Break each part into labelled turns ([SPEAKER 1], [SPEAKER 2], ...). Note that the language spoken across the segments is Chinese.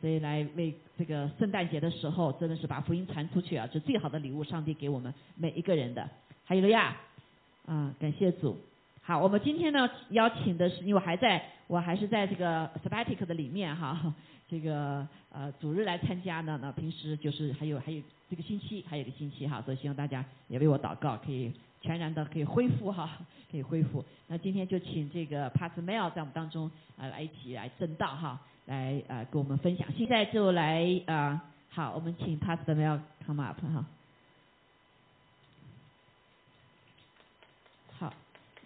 [SPEAKER 1] 所以来为这个圣诞节的时候，真的是把福音传出去啊，这最好的礼物，上帝给我们每一个人的。还有了呀，啊，感谢主。好，我们今天呢邀请的是，因为我还在，我还是在这个 sabbatic 的里面哈，这个呃主日来参加呢，那平时就是还有还有这个星期还有一个星期哈，所以希望大家也为我祷告，可以全然的可以恢复哈，可以恢复。那今天就请这个 p a s m a l 在我们当中啊、呃、来一起来正道哈，来呃给我们分享。现在就来啊、呃，好，我们请 p a s m a l come up 哈。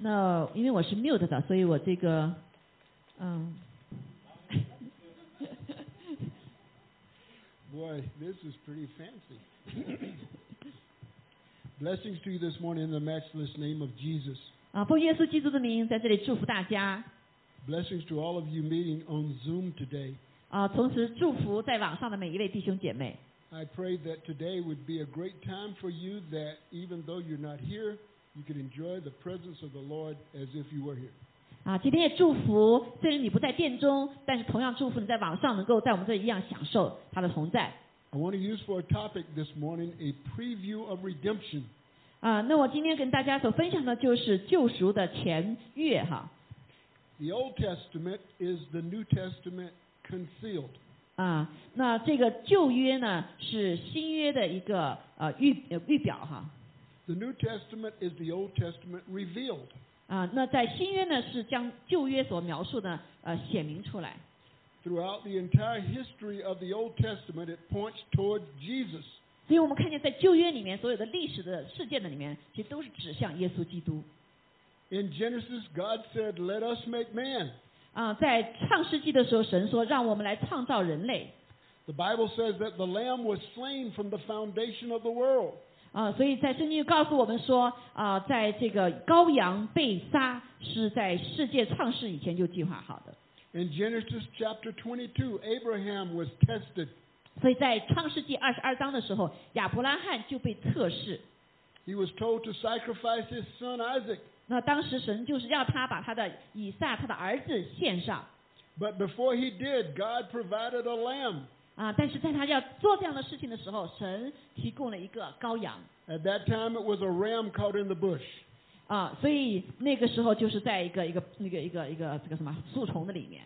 [SPEAKER 1] 那因为我是 mute 的，所以我这个，嗯。
[SPEAKER 2] Boy, this is pretty fancy. Blessings to you this morning in the matchless name of Jesus.
[SPEAKER 1] 啊，奉耶稣基督的名，在这里祝福大家。
[SPEAKER 2] Blessings to all of you meeting on Zoom today.
[SPEAKER 1] 啊，同时祝福在网上的每一位弟兄姐妹。
[SPEAKER 2] I pray that today would be a great time for you that even though you're not here, you can enjoy the presence of the Lord as if you were here.
[SPEAKER 1] 啊，今天也祝福，虽然你不在殿中，但是同样祝福你在网上能够在我们这里一样享受他的同在。
[SPEAKER 2] I want to use for a topic this morning a preview of redemption.
[SPEAKER 1] 啊，那我今天跟大家所分享的就是救赎的前月哈。
[SPEAKER 2] The Old Testament is the New Testament concealed.
[SPEAKER 1] 啊，那这个旧约呢是新约的一个呃预呃预表哈。
[SPEAKER 2] The New Testament is the Old Testament revealed.
[SPEAKER 1] 啊，那在新约呢是将旧约所描述的呃显明出来。
[SPEAKER 2] Throughout the entire history of the Old Testament, it points toward Jesus.
[SPEAKER 1] 所以我们看见在旧约里面所有的历史的事件的里面，其实都是指向耶稣基督。
[SPEAKER 2] In Genesis, God said, Let us make man.
[SPEAKER 1] 啊，在创世纪的时候，神说让我们来创造人类。
[SPEAKER 2] The Bible says that the Lamb was slain from the foundation of the world.
[SPEAKER 1] 啊，所以在圣经告诉我们说，啊，在这个羔羊被杀是在世界创世以前就计划好的，
[SPEAKER 2] In Genesis chapter 22, Abraham was tested.
[SPEAKER 1] 所以在创世纪二十二章的时候，亚伯拉罕就被测试。
[SPEAKER 2] He was told to sacrifice his son Isaac.
[SPEAKER 1] 那当时神就是要他把他的以撒他的儿子献上
[SPEAKER 2] But before he did, God provided a lamb.
[SPEAKER 1] 啊，但是在他要做这样的事情的时候，神提供了一个羔羊
[SPEAKER 2] At that time, it was a ram caught in the bush.
[SPEAKER 1] 啊，所以那个时候就是在一个一个那个一个一个这个什么树丛的里面。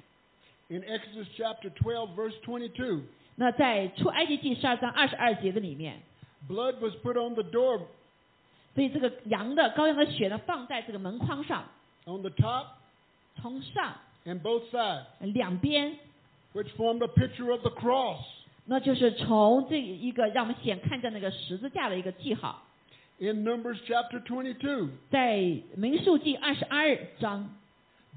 [SPEAKER 2] In Exodus chapter 12, verse 22,
[SPEAKER 1] 那在出埃及记十二章二十二节的里面，
[SPEAKER 2] blood was put on the door,
[SPEAKER 1] 所以这个羊的羔羊的血呢，放在这个门框上，
[SPEAKER 2] on the top
[SPEAKER 1] 从上呃
[SPEAKER 2] and both sides,
[SPEAKER 1] 两边，
[SPEAKER 2] which formed a picture of the cross.
[SPEAKER 1] 那就是从这一个让我们显看见那个十字架的一个记号，
[SPEAKER 2] In Numbers chapter 22,
[SPEAKER 1] 在民数记二十二章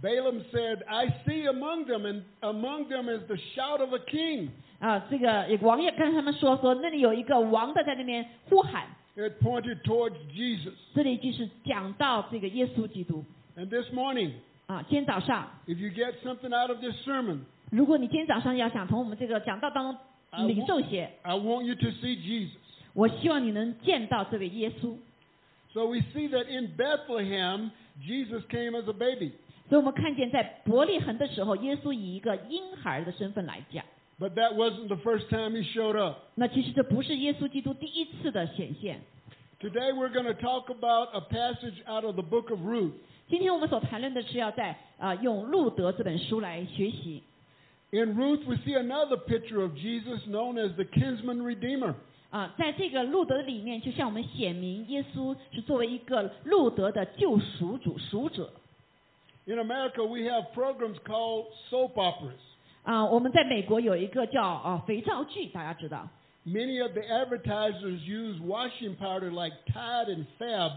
[SPEAKER 2] Balaam said, I see among them, and among them is the shout of a king.
[SPEAKER 1] 啊，这个王爷跟他们说说，那里有一个王的在那边呼喊，
[SPEAKER 2] It pointed towards Jesus.
[SPEAKER 1] 这里就是讲到这个耶稣基督
[SPEAKER 2] And this morning,
[SPEAKER 1] 啊。今天早上，
[SPEAKER 2] if you get something out of this sermon,
[SPEAKER 1] 如果你今天早上要想从我们这个讲道当
[SPEAKER 2] 啊我
[SPEAKER 1] 中领受些，
[SPEAKER 2] I want you to see Jesus.
[SPEAKER 1] 我希望你能见到这位耶稣。
[SPEAKER 2] So we see that in Bethlehem, Jesus came as a baby.
[SPEAKER 1] 所以我们看见在伯利恒的时候，耶稣以一个婴孩的身份来讲。
[SPEAKER 2] But that wasn't the first time he showed up.
[SPEAKER 1] 那其实这不是耶稣基督第一次的显现。
[SPEAKER 2] Today we're going to talk about a passage out of the book of Ruth.
[SPEAKER 1] 今天我们所谈论的是要在啊、呃用路德这本书来学习
[SPEAKER 2] In Ruth, we see another picture of Jesus known as the kinsman redeemer.
[SPEAKER 1] 啊、在这个路德里面，就向我们显明耶稣是作为一个路德的救赎主赎者
[SPEAKER 2] In America, we have programs called soap operas.
[SPEAKER 1] 啊、我们在美国有一个叫啊、呃肥皂剧，大家知道
[SPEAKER 2] Many of the advertisers use washing powder like Tide and Fab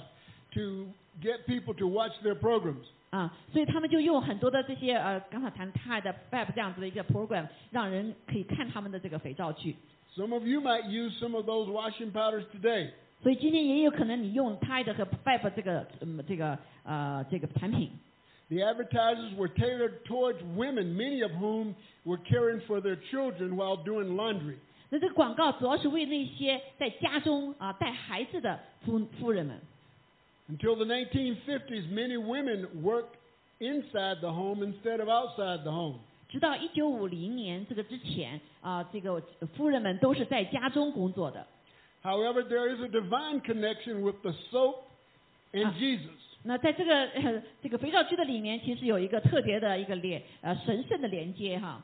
[SPEAKER 2] to get people to watch their programs.
[SPEAKER 1] 啊、所以他们就用很多的这些呃刚才谈他的 Web 这样子的一个 program，让人可以看他们的这个肥皂剧。
[SPEAKER 2] Some of you might use some of those washing powders today.
[SPEAKER 1] 所以今天也有可能你用 Tide 和 Fab 这个嗯这个呃这个产品，
[SPEAKER 2] The advertisers were tailored towards women, many of whom were caring for their children while doing laundry.
[SPEAKER 1] 那这个广告主要是为那些在家中啊带孩子的夫夫人们
[SPEAKER 2] Until the 1950s, many women worked inside the home instead of outside the home.
[SPEAKER 1] 直到一九五零年这个之前啊、这个夫人们都是在家中工作的。
[SPEAKER 2] However, there is a divine connection with the soap and
[SPEAKER 1] Ah.
[SPEAKER 2] Jesus.
[SPEAKER 1] 那在这个、呃这个肥皂剧的里面，其实有一个特别的一个连呃神圣的连接哈。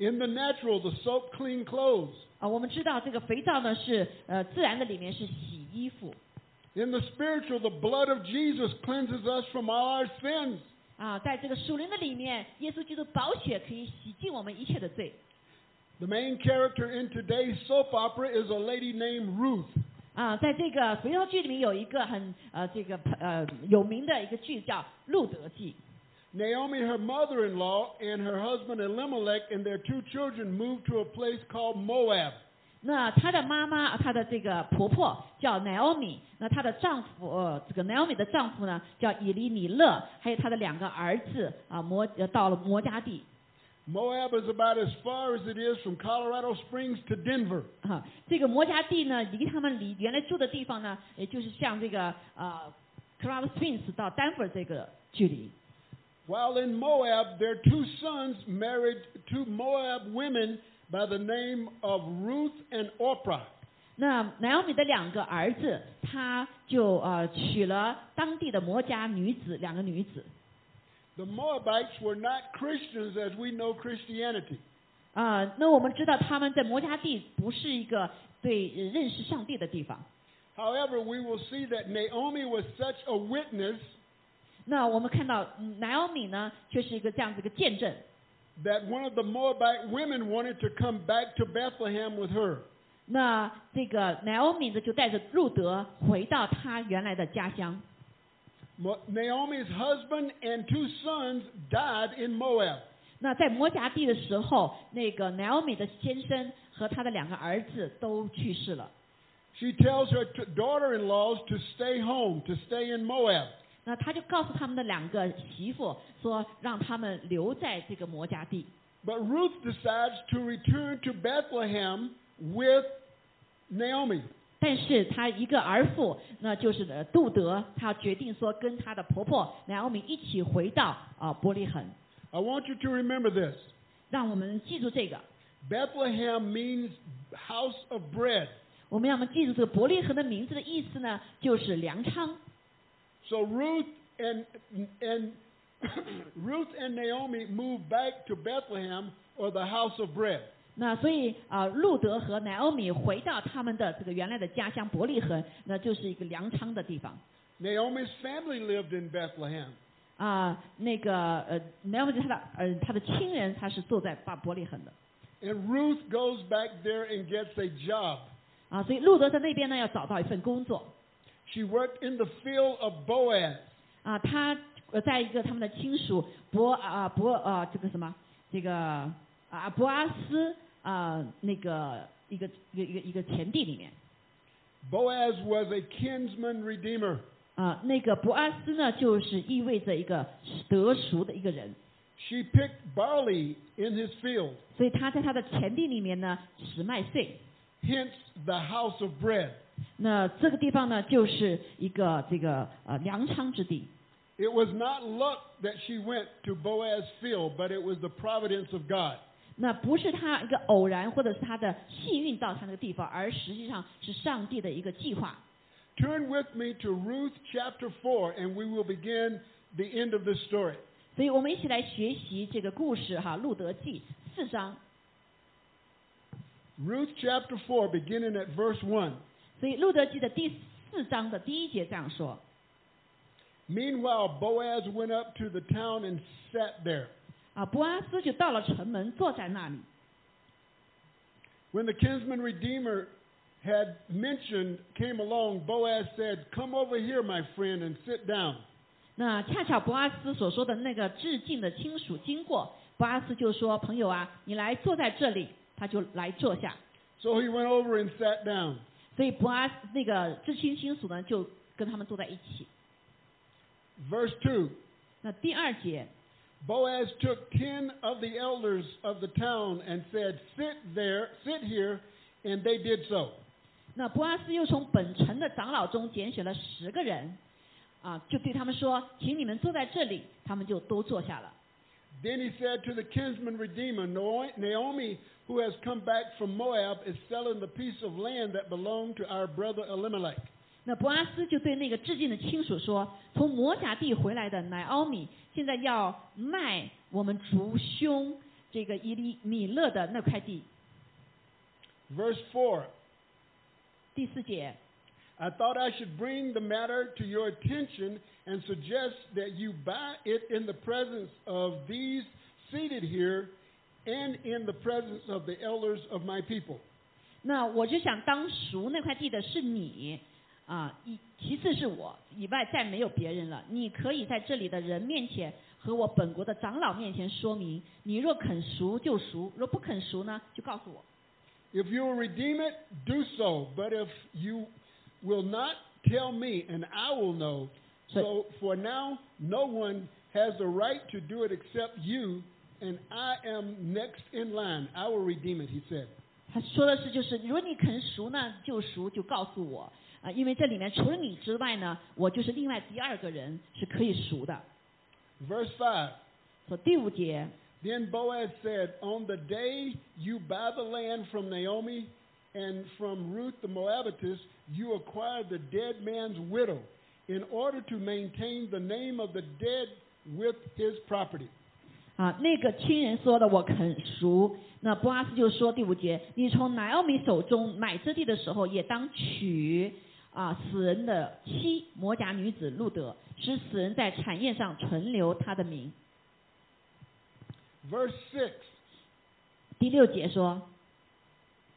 [SPEAKER 2] In the natural, the soap clean clothes.
[SPEAKER 1] 啊，我们知道这个肥皂呢是呃自然的里面是洗衣服
[SPEAKER 2] In the spiritual, the blood of Jesus cleanses us from all our sins.
[SPEAKER 1] 啊，在这个属灵的里面，耶稣基督宝血可以洗净我们一切的罪
[SPEAKER 2] The main character in today's soap opera is a lady named Ruth.
[SPEAKER 1] 啊，在这个肥皂剧里面有一个很呃这个呃有名的一个剧叫《路德记
[SPEAKER 2] Naomi, her mother in law, and her husband Elimelech and their two children moved to a place called Moab.》。
[SPEAKER 1] 那她的妈妈，啊她的这个婆婆叫 Naomi，那她的丈夫，呃，这个 Naomi 的丈夫呢叫以利米勒，还有她的两个儿子啊，摩呃到了摩加地，
[SPEAKER 2] Moab is about as far as it is from Colorado Springs to Denver.
[SPEAKER 1] 啊，这个摩崖地呢，离他们离原来住的地方呢，也就是像这个呃 Colorado Springs 到丹佛这个距离。
[SPEAKER 2] While in Moab, their two sons married two Moab women by the name of Ruth and Orpah.
[SPEAKER 1] 那南奥米的两个儿子，他就呃娶了当地的摩家女子，两个女子。
[SPEAKER 2] The Moabites were not Christians as we know Christianity.
[SPEAKER 1] 啊、那我们知道他们在摩崖地不是一个对呃认识上帝的地方。
[SPEAKER 2] However, we will see that Naomi was such a witness
[SPEAKER 1] 那我们看到嗯南奥米呢，却是一个这样子一个见证。
[SPEAKER 2] that one of the Moabite women wanted to come back to Bethlehem with her.
[SPEAKER 1] 那这个 Naomi 呢，就带着路德回到他原来的家乡。
[SPEAKER 2] Mo- Naomi's husband and two sons died in Moab.
[SPEAKER 1] 那在摩崖地的时候，那个 Naomi 的先生和他的两个儿子都去世了。
[SPEAKER 2] She tells her t- daughter-in-laws to stay home, to stay in Moab.
[SPEAKER 1] 那他就告诉他们的两个媳妇说，让他们留在这个摩崖地。
[SPEAKER 2] But Ruth decides to return to Bethlehem with Naomi.
[SPEAKER 1] 但是他一个儿妇，那就是呃杜德，他决定说跟他的婆婆 Naomi 一起回到啊、呃伯利恒。
[SPEAKER 2] I want you to remember this.
[SPEAKER 1] 让我们记住这个，
[SPEAKER 2] Bethlehem means house of bread.
[SPEAKER 1] 我们要么记住这个伯利恒的名字的意思呢，就是粮仓。
[SPEAKER 2] So Ruth and and Ruth and Naomi moved back to Bethlehem or the house of bread.
[SPEAKER 1] 那所以啊、呃路德和 Naomi 回到他们的这个原来的家乡伯利恒，那就是一个粮仓的地方
[SPEAKER 2] Naomi's family lived in Bethlehem.
[SPEAKER 1] 啊、那个呃，Naomi 他的呃他的亲人他是住在巴伯利恒的
[SPEAKER 2] And Ruth goes back there and gets a job.
[SPEAKER 1] 啊，所以路德在那边呢要找到一份工作
[SPEAKER 2] She worked in the field of Boaz.
[SPEAKER 1] 啊，他呃在一个他们的亲属伯啊伯啊这个什么这个啊伯阿斯啊那个一个一个一个一个田地里面
[SPEAKER 2] Boaz was a kinsman redeemer.
[SPEAKER 1] 啊，那个伯阿斯呢就是意味着一个得赎的一个人。
[SPEAKER 2] She picked barley in his field,
[SPEAKER 1] 所以他在他的田地里面呢拾麦穗。
[SPEAKER 2] hence the house of bread.
[SPEAKER 1] 那这个地方呢，就是一个这个呃粮仓之地
[SPEAKER 2] It was not luck that she went to Boaz's field, but it was the providence of God.
[SPEAKER 1] 那不是他一个偶然或者是他的幸运到他那个地方，而实际上是上帝的一个计划。
[SPEAKER 2] Turn with me to Ruth chapter 4, and we will begin the end of this story.
[SPEAKER 1] 所以我们一起来学习这个故事哈，《路德记》四章。
[SPEAKER 2] Ruth chapter 4, beginning at verse 1.
[SPEAKER 1] 所以《路德记》的第四章的第一节这样说：
[SPEAKER 2] Meanwhile, Boaz went up to the town and sat there.
[SPEAKER 1] 啊，伯阿斯就到了城门，坐在那里。
[SPEAKER 2] When the kinsman redeemer had mentioned came along, Boaz said, Come over here, my friend, and sit down.
[SPEAKER 1] 那恰巧博阿斯所说的那个致敬的亲属经过，博阿斯就说：“朋友啊，你来坐在这里。”他就来坐下。
[SPEAKER 2] So he went over and sat down.
[SPEAKER 1] 所以博阿斯那个至亲亲属呢，就跟他们坐在一起。
[SPEAKER 2] Verse 2
[SPEAKER 1] 那第二节，
[SPEAKER 2] Boaz took ten of the elders of the town and said, Sit there, sit here, and they did so.
[SPEAKER 1] 那博阿斯又从本城的长老中拣选了十个人，啊，就对他们说：“请你们坐在这里。”他们就都坐下了。
[SPEAKER 2] Then he said to the kinsman redeemer, "Nao- Naomi, who has come back from Moab, is selling the piece of land that belonged to our brother Elimelech.
[SPEAKER 1] 那伯阿斯就对那个致敬的亲属说：“从摩甲地回来的乃奥米，现在要卖我们族兄这个以利米勒的那块地。
[SPEAKER 2] Verse 4 ”
[SPEAKER 1] 第四节，
[SPEAKER 2] I thought I should bring the matter to your attention and suggest that you buy it in the presence of these seated here and in the presence of the elders of my people.
[SPEAKER 1] 那我就想当赎那块地的是你啊，以其次是我，以外再没有别人了。你可以在这里的人面前和我本国的长老面前说明，你若肯赎就赎，若不肯赎呢，就告诉我。
[SPEAKER 2] If you will redeem it, do so. But if you will not, tell me, and I will know. So for now, no one has the right to do it except you, and I am next in line. I will redeem it, he said.
[SPEAKER 1] 他说的是，就是如果你肯赎呢，就赎，就告诉我啊，因为这里面除了你之外呢，我就是另外第二个人是可以赎的。
[SPEAKER 2] Verse 5.
[SPEAKER 1] 说第五节，
[SPEAKER 2] Then Boaz said, On the day you buy the land from Naomi and from Ruth the Moabitess, you acquire the dead man's widow in order to maintain the name of the dead with his property.
[SPEAKER 1] 啊，那个亲人说的我肯赎。那波阿斯就说第五节，你从南奥米手中买这地的时候，也当娶啊死人的妻摩甲女子路德，使死人在产业上存留他的名。
[SPEAKER 2] Verse 6.
[SPEAKER 1] 第六节说，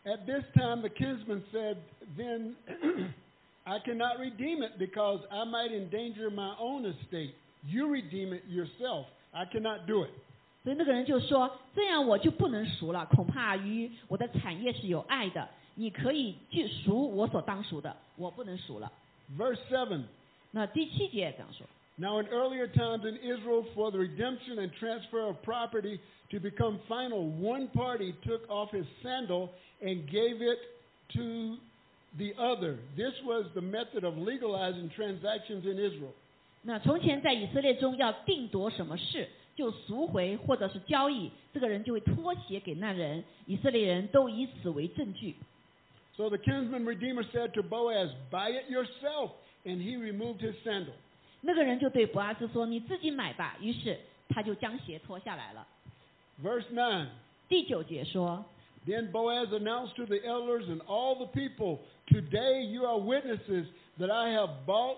[SPEAKER 2] At this time the kinsman said, Then I cannot redeem it because I might endanger my own estate. You redeem it yourself. I cannot do it.
[SPEAKER 1] 所以那个人就说：“这样我就不能赎了，恐怕与我的产业是有碍的。你可以去赎我所当赎的，我不能赎了。
[SPEAKER 2] Verse 7. ”
[SPEAKER 1] 那第七节也这样说。
[SPEAKER 2] Now, in earlier times in Israel, for the redemption and transfer of property to become final, one party took off his sandal and gave it to the other. This was the method of legalizing transactions in Israel.
[SPEAKER 1] 那从前在以色列中要定夺什么事，就赎回或者是交易，这个人就会脱鞋给那人。以色列人都以此为证据。
[SPEAKER 2] So the kinsman redeemer said to Boaz, Buy it yourself. And he removed his sandal.
[SPEAKER 1] 那个人就对伯阿斯说：“你自己买吧。”于是他就将鞋脱下来了。
[SPEAKER 2] Verse 9.
[SPEAKER 1] 第九节说：
[SPEAKER 2] Then Boaz announced to the elders and all the people, Today you are witnesses that I have bought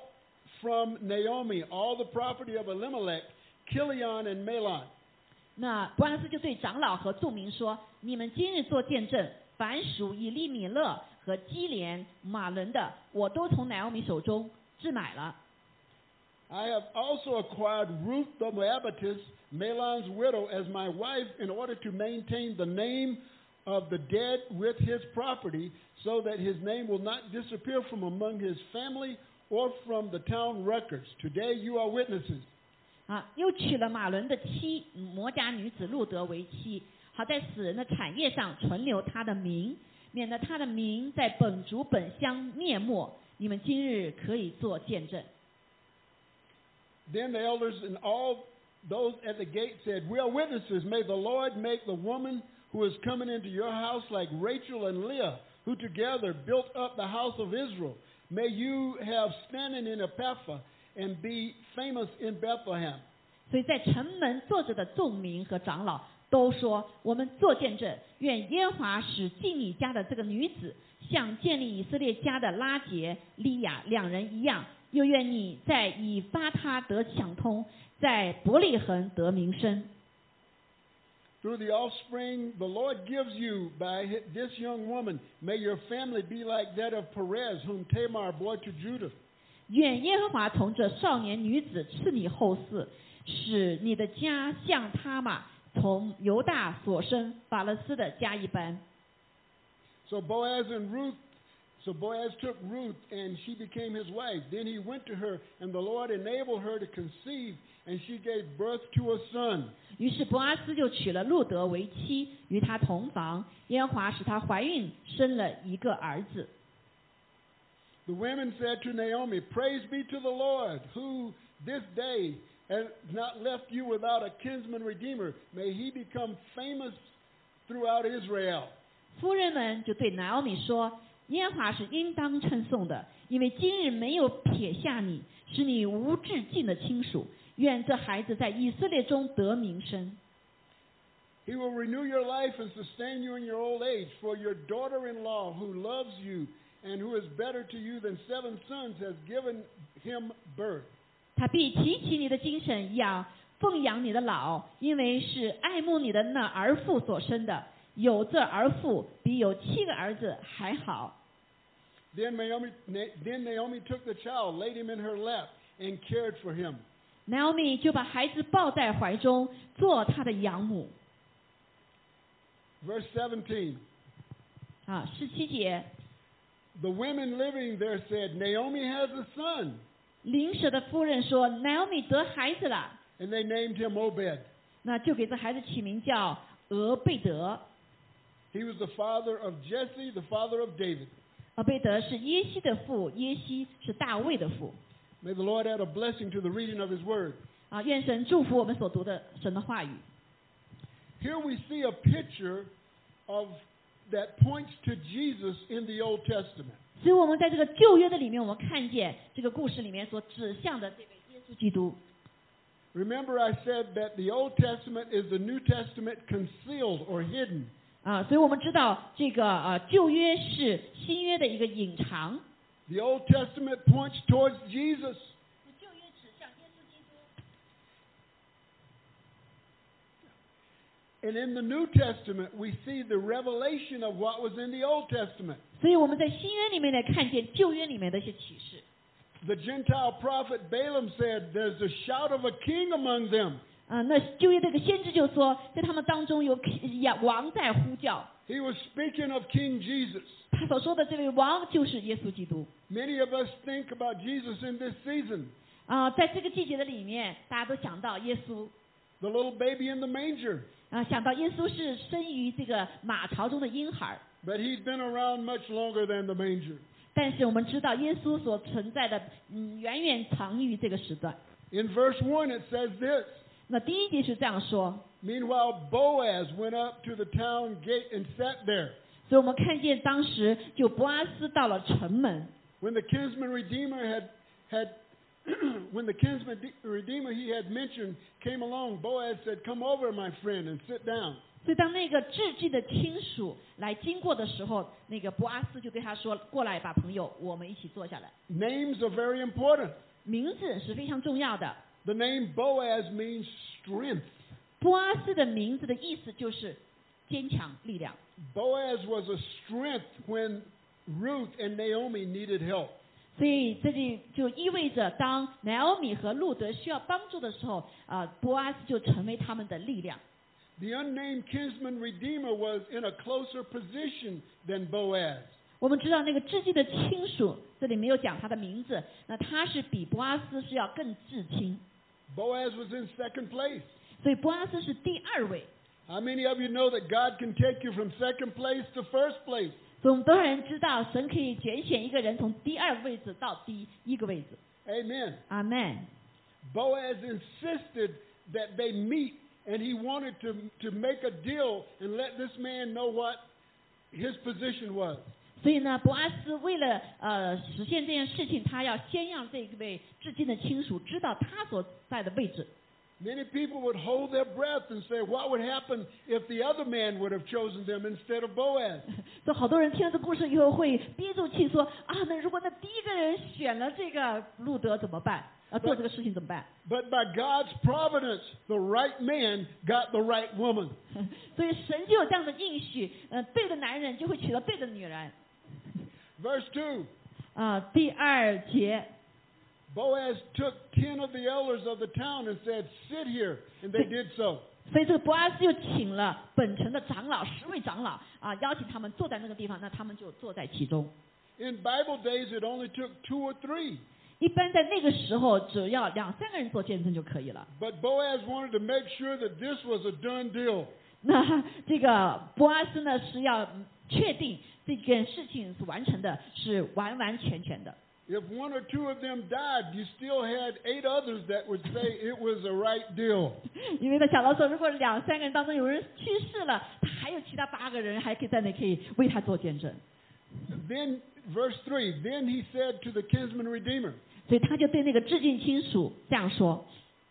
[SPEAKER 2] from Naomi all the property of Elimelech, Kilion, and Malon.
[SPEAKER 1] 那伯安斯就对长老和众民说：“你们今日做见证，凡属以利米勒和基连、马伦的，我都从乃奥米手中置买了。
[SPEAKER 2] I have also acquired Ruth the Moabitess, Malon's widow, as my wife in order to maintain the name of the dead with his property, so that his name will not disappear from among his family or from the town records. Today you are witnesses. ”
[SPEAKER 1] 啊，又娶了马伦的妻摩家女子路德为妻，好在死人的产业上存留他的名，免得他的名在本族本乡灭没。你们今日可以做见证。
[SPEAKER 2] Then the elders and all those at the gate said, We are witnesses. May the Lord make the woman who is coming into your house like Rachel and Leah, who together built up the house of Israel. May you have standing in Ephraim and be famous in Bethlehem.
[SPEAKER 1] 所以在城门坐着的众民和长老都说：“我们做见证，愿耶和华使敬你家的这个女子，像建立以色列家的拉杰、利亚两人一样，又愿你在以巴他得享通，在伯利恒得名声。
[SPEAKER 2] Through the offspring the Lord gives you by hi- this young woman, may your family be like that of Perez, whom Tamar bore to Judah.
[SPEAKER 1] 愿耶和华从这少年女子赐你后嗣，使你的家像他玛从犹大所生法勒斯的家一般。”
[SPEAKER 2] So Boaz and Ruth, so Boaz took Ruth and she became his wife. Then he went to her, and the Lord enabled her to conceive, and she gave birth to a son.
[SPEAKER 1] 于是伯阿斯就娶了路德为妻，与她同房。耶和华使她怀孕，生了一个儿子。
[SPEAKER 2] The women said to Naomi, Praise be to the Lord, who this day and not left you without a kinsman redeemer. May he become famous throughout Israel.
[SPEAKER 1] 夫人们就对拿奥米说：“耶和华是应当称颂的，因为今日没有撇下你，是你无至尽的亲属。愿这孩子在以色列中得名声。
[SPEAKER 2] He will renew your life and sustain you in your old age. For your daughter in law, who loves you and who is better to you than seven sons, has given him birth.
[SPEAKER 1] 他必提起你的精神一样，奉养你的老，因为是爱慕你的那儿父所生的。有这儿父，比有七个儿子还好。
[SPEAKER 2] Then Naomi, Na- then Naomi took the child, laid him in her lap, and cared for him.
[SPEAKER 1] Naomi 就把孩子抱在怀中，做他的养母。
[SPEAKER 2] Verse 17
[SPEAKER 1] 啊，十七节，
[SPEAKER 2] The women living there said, Naomi has a son.
[SPEAKER 1] 邻舍的夫人说：“Naomi 得孩子了。
[SPEAKER 2] And they named him Obed. ”
[SPEAKER 1] 那就给这孩子起名叫俄贝德。
[SPEAKER 2] He was the father of Jesse, the father of David.
[SPEAKER 1] 俄贝德是耶西的父，耶西是大卫的父。
[SPEAKER 2] May the Lord add a blessing to the reading of his word.
[SPEAKER 1] 啊，愿神祝福我们所读的神的话语。
[SPEAKER 2] Here we see a picture of that points to Jesus in the Old Testament.
[SPEAKER 1] 所以我们在这个旧约的里面，我们看见这个故事里面所指向的这位耶稣基督。
[SPEAKER 2] Remember I said that the Old Testament is the New Testament concealed or hidden.
[SPEAKER 1] 啊，所以我们知道这个呃旧约是新约的一个隐藏，
[SPEAKER 2] The Old Testament points towards Jesus.
[SPEAKER 1] 旧约指向耶稣基督。
[SPEAKER 2] And in the New Testament, we see the revelation of what was in the Old Testament.
[SPEAKER 1] 所以我们在新约里面呢，看见旧约里面的一些启示。
[SPEAKER 2] The Gentile prophet Balaam said, There's a shout of a king among them.
[SPEAKER 1] 啊，那旧约这个先知就说，在他们当中有呀王在呼叫，
[SPEAKER 2] He was speaking of King Jesus.
[SPEAKER 1] 他所说的这位王就是耶稣基督。
[SPEAKER 2] Many of us think about Jesus in this season
[SPEAKER 1] 啊，在这个季节的里面，大家都想到耶稣，
[SPEAKER 2] the little baby in the manger.
[SPEAKER 1] 啊，想到耶稣是生于这个马槽中的婴孩儿。
[SPEAKER 2] But he's been around much longer than the manger.
[SPEAKER 1] 但是我们知道，耶稣所存在的，嗯，远远长于这个时段。
[SPEAKER 2] In verse 1, it says this
[SPEAKER 1] 那第一节是这样说，
[SPEAKER 2] Meanwhile, Boaz went up to the town gate and sat there.
[SPEAKER 1] 所以我们看见当时就伯阿斯到了城门，
[SPEAKER 2] When the kinsman redeemer had, had when the kinsman de- redeemer he had mentioned came along, Boaz said, "Come over, my friend, and sit down."
[SPEAKER 1] 所以当那个至近的亲属来经过的时候，那个伯阿斯就对他说：“过来吧，朋友，我们一起坐下来。
[SPEAKER 2] Names are very important. ”
[SPEAKER 1] 名字是非常重要的。
[SPEAKER 2] The name Boaz means strength.
[SPEAKER 1] 伯阿斯的名字的意思就是坚强、力量。
[SPEAKER 2] Boaz was a strength when Ruth and Naomi needed help.
[SPEAKER 1] 所以这就就意味着，当南欧米和路德需要帮助的时候，啊、伯阿斯就成为他们的力量。
[SPEAKER 2] The unnamed kinsman redeemer was in a closer position than Boaz.
[SPEAKER 1] 我们知道那个至近的亲属，这里没有讲他的名字，那他是比伯阿斯是要更至亲，
[SPEAKER 2] Boaz was in second place.
[SPEAKER 1] 所以伯阿斯是第二位。
[SPEAKER 2] How many of you know that God can take you from second place to first place?
[SPEAKER 1] 所以我们多少人知道，神可以拣选一个人从第二位置到第一个位置。
[SPEAKER 2] Amen.
[SPEAKER 1] 阿门。
[SPEAKER 2] Boaz insisted that they meet, and he wanted to, to make a deal and let this man know what his position was.
[SPEAKER 1] 所以呢，伯阿斯为了呃实现这件事情，他要先让这一位至亲的亲属知道他所在的位置。
[SPEAKER 2] Many people would hold their breath and say, What would happen if the other man would have chosen them instead of Boaz?
[SPEAKER 1] 所以好多人听了这故事以后会憋住气说啊，那如果那第一个人选了这个路德怎么办？啊，做这个事情怎么办？
[SPEAKER 2] But by God's providence, the right man got the right woman.
[SPEAKER 1] 所以神就有这样的应许，呃，对的男人就会娶到对的女人。
[SPEAKER 2] Verse 2
[SPEAKER 1] 啊、第二节，
[SPEAKER 2] Boaz took ten of the elders of the town and said, Sit here. And they did so.
[SPEAKER 1] 所以这个伯阿斯又请了本城的长老十位长老啊，邀请他们坐在那个地方，那他们就坐在其中。
[SPEAKER 2] In Bible days, it only took two or three.
[SPEAKER 1] 一般在那个时候，只要两三个人做见证就可以了。
[SPEAKER 2] But Boaz wanted to make sure that this was a done deal.
[SPEAKER 1] 那这个伯阿斯呢是要确定这件事情是完成的，是完完全全的。
[SPEAKER 2] If one or two of them died, you still had eight others that would say it was a right deal.
[SPEAKER 1] 因为他想到说，如果两三个人当中有人去世了，他还有其他八个人还可以在那可以为他做见证，
[SPEAKER 2] Then, verse 3 Then he said to the kinsman redeemer,
[SPEAKER 1] 所以他就对那个致敬亲属这样说：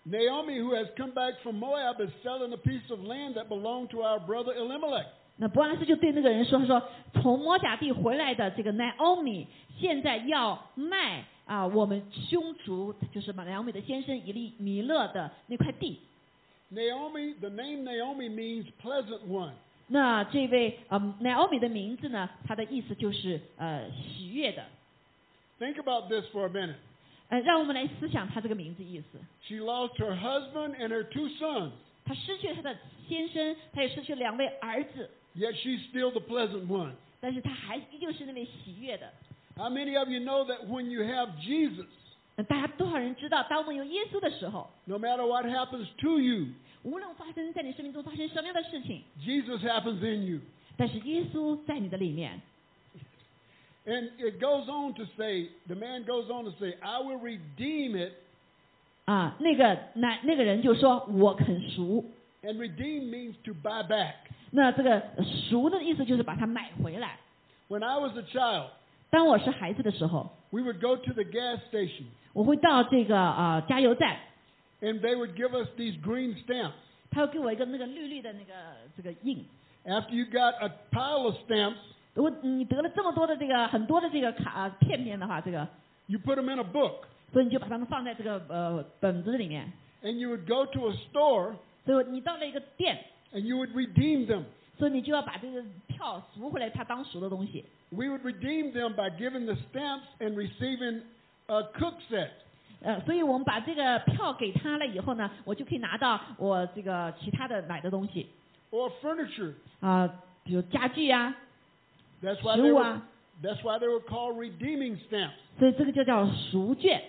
[SPEAKER 2] Naomi, who has come back from Moab, is selling a piece of land that belonged to our brother Elimelech.
[SPEAKER 1] 那伯安斯就对那个人说：“他说从摩甲地回来的这个 Naomi 现在要卖啊，我们兄族就是马良美的先生以利米勒的那块地。
[SPEAKER 2] Naomi, the name Naomi means pleasant one.
[SPEAKER 1] 那这位呃 Naomi 的名字呢，它的意思就是呃喜悦的。
[SPEAKER 2] Think about this for a minute.
[SPEAKER 1] 呃，让我们来思想他这个名字意思。
[SPEAKER 2] She lost her husband and her two sons,
[SPEAKER 1] 他失去了他的先生，他也失去了两位儿子，
[SPEAKER 2] yet she's still the pleasant one.
[SPEAKER 1] 但是他还依旧是那位喜悦的。
[SPEAKER 2] How many of you know that when you have Jesus,
[SPEAKER 1] 那呃大家多少人知道，当我们有耶稣的时候，
[SPEAKER 2] no matter what happens to you,
[SPEAKER 1] 无论发生在你生命中发生什么样的事情，
[SPEAKER 2] Jesus happens in you.
[SPEAKER 1] 但是耶稣在你的里面。
[SPEAKER 2] And it goes on to say, the man goes on to say, I will redeem it,
[SPEAKER 1] 啊，那个男那个人就说：“我肯赎。
[SPEAKER 2] and redeem means to buy back. ”
[SPEAKER 1] 那这个呃赎的意思就是把它买回来。
[SPEAKER 2] When I was a child,
[SPEAKER 1] 当我是孩子的时候，
[SPEAKER 2] we would go to the gas station,
[SPEAKER 1] 我会到这个啊、呃加油站，
[SPEAKER 2] and they would give us these green stamps.
[SPEAKER 1] 他会给我一个那个绿绿的那个这个印。
[SPEAKER 2] After you got a pile of stamps,
[SPEAKER 1] 如果你得了这么多的这个很多的这个卡、呃片片的话，这个，
[SPEAKER 2] you put them in a book,
[SPEAKER 1] 所以你就把它们放在这个呃本子里面。
[SPEAKER 2] and you would go to a store,
[SPEAKER 1] 所以你到了一个店，
[SPEAKER 2] and you would redeem them.
[SPEAKER 1] 所以你就要把这个票赎回来，他当赎的东西。
[SPEAKER 2] We would redeem them by giving the stamps and receiving a cook set.
[SPEAKER 1] 呃，所以我们把这个票给他了以后呢，我就可以拿到我这个其他的买的东西。
[SPEAKER 2] or furniture.
[SPEAKER 1] 啊、比如家具啊呀、
[SPEAKER 2] That's why they
[SPEAKER 1] 食
[SPEAKER 2] were,
[SPEAKER 1] 物啊。
[SPEAKER 2] that's why they were called redeeming stamps.
[SPEAKER 1] 所以这个就叫赎券。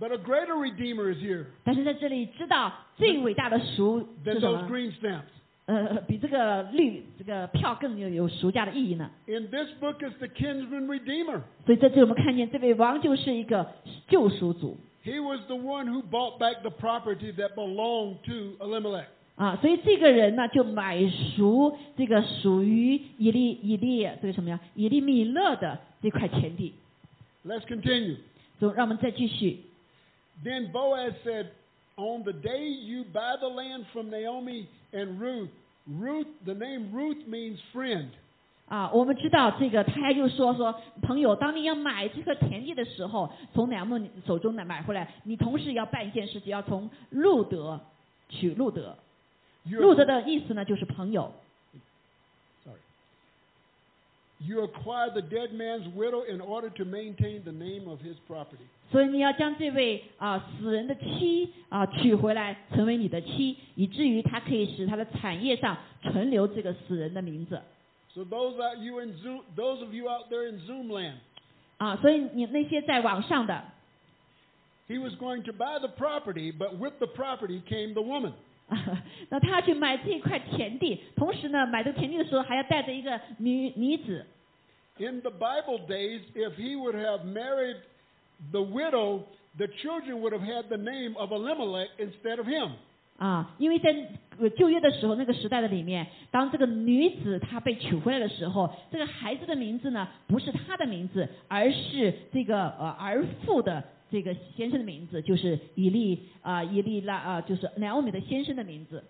[SPEAKER 2] But a greater redeemer is here
[SPEAKER 1] 但是在这里知道最伟大的赎
[SPEAKER 2] than
[SPEAKER 1] 是什
[SPEAKER 2] those
[SPEAKER 1] 么？
[SPEAKER 2] green stamps.
[SPEAKER 1] 呃，比这个绿这个票更有有赎价的意义呢。
[SPEAKER 2] In this book is the kinsman redeemer.
[SPEAKER 1] 所以在这里我们看见这位王就是一个救赎主
[SPEAKER 2] He was the one who bought back the property that belonged to Elimelech.
[SPEAKER 1] 啊，所以这个人呢就买赎这个属于以利以利这个什么呀以利米勒的这块田地。
[SPEAKER 2] Let's continue.
[SPEAKER 1] 所以让我们再继续。
[SPEAKER 2] Then Boaz said, On the day you buy the land from Naomi and Ruth, Ruth, the name Ruth means friend.
[SPEAKER 1] 啊，我们知道这个，他就说说，朋友，当你要买这个田地的时候，从乃木手中买买回来，你同时要办一件事情，要从路德取路德。路
[SPEAKER 2] You,
[SPEAKER 1] 德的意思呢，就是朋友。
[SPEAKER 2] sorry. you acquire the dead man's widow in order to maintain the name of his property.
[SPEAKER 1] 所以你要将这位啊、死人的妻啊、娶回来，成为你的妻，以至于他可以使他的产业上存留这个死人的名字
[SPEAKER 2] So those out you in Zoom, those of you out there in Zoom land,
[SPEAKER 1] 啊。所以你那些在网上的
[SPEAKER 2] he was going to buy the property, but with the property came the woman.
[SPEAKER 1] 啊，那他去买这块田地，同时呢，买这个田地的时候还要带着一个女女子。
[SPEAKER 2] In the Bible days, if he would have married the widow, the children would have had the name of Elimelech instead of him.
[SPEAKER 1] 啊，因为在呃旧约的时候，那个时代的里面，当这个女子她被娶回来的时候，这个孩子的名字呢，不是她的名字，而是这个呃儿父的这个先生的名字，就是以利啊、以利拉啊、就是 Naomi 的先生的名字。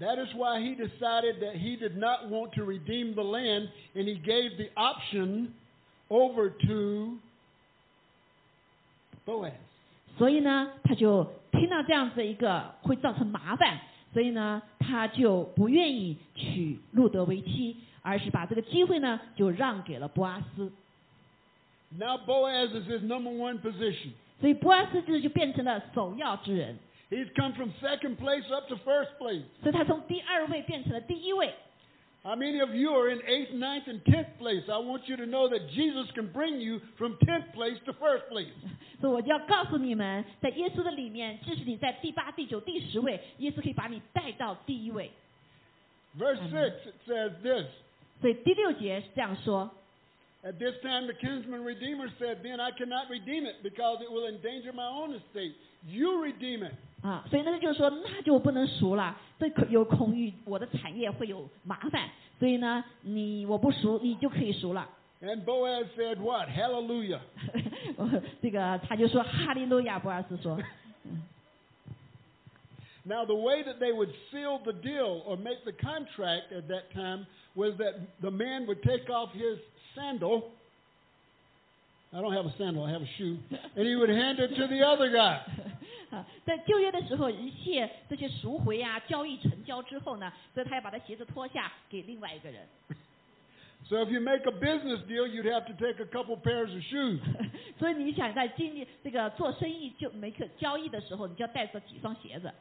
[SPEAKER 2] That is why he decided that he did not want to redeem the land, and he gave the option over to Boaz.
[SPEAKER 1] 所以呢，他就听到这样子一个会造成麻烦，所以呢，他就不愿意娶路德为妻，而是把这个机会呢就让给了波阿斯。
[SPEAKER 2] Now Boaz is his number one position.
[SPEAKER 1] 所以波阿斯这就变成了首要之人。
[SPEAKER 2] He's come from second place up to first place.
[SPEAKER 1] 所以他从第二位变成了第一位。
[SPEAKER 2] How many of you are in eighth, ninth, and tenth place? I want you to know that Jesus can bring you from tenth place to first place.
[SPEAKER 1] 所以我就要告诉你们，在耶稣的里面，即使你在第八、第九、第十位，耶稣可以把你带到第一位。
[SPEAKER 2] Verse
[SPEAKER 1] Amen.
[SPEAKER 2] 6, it says this
[SPEAKER 1] 所以第六节是这样说：
[SPEAKER 2] At this time, the kinsman redeemer said, Then I cannot redeem it because it will endanger my own estate. You redeem it.
[SPEAKER 1] 啊，所以呢就是说，那就不能赎了，这可有空于我的产业会有麻烦，所以呢，你我不赎，你就可以赎了。
[SPEAKER 2] And Boaz said, What? Hallelujah.
[SPEAKER 1] 我这个他就说哈利路亚，博尔斯说，
[SPEAKER 2] Now, the way that they would seal the deal or make the contract at that time was that the man would take off his sandal. I don't have a sandal, I have a shoe. And he would hand it to the other guy.
[SPEAKER 1] 啊，在旧约的时候，一切这些赎回啊、交易成交之后呢，所以他要把他鞋子脱下给另外一个人。
[SPEAKER 2] So if you make a business deal, you'd have to take a couple pairs of shoes.
[SPEAKER 1] 所以你想在经济这个做生意就没可交易的时候，你就要带着几双鞋子。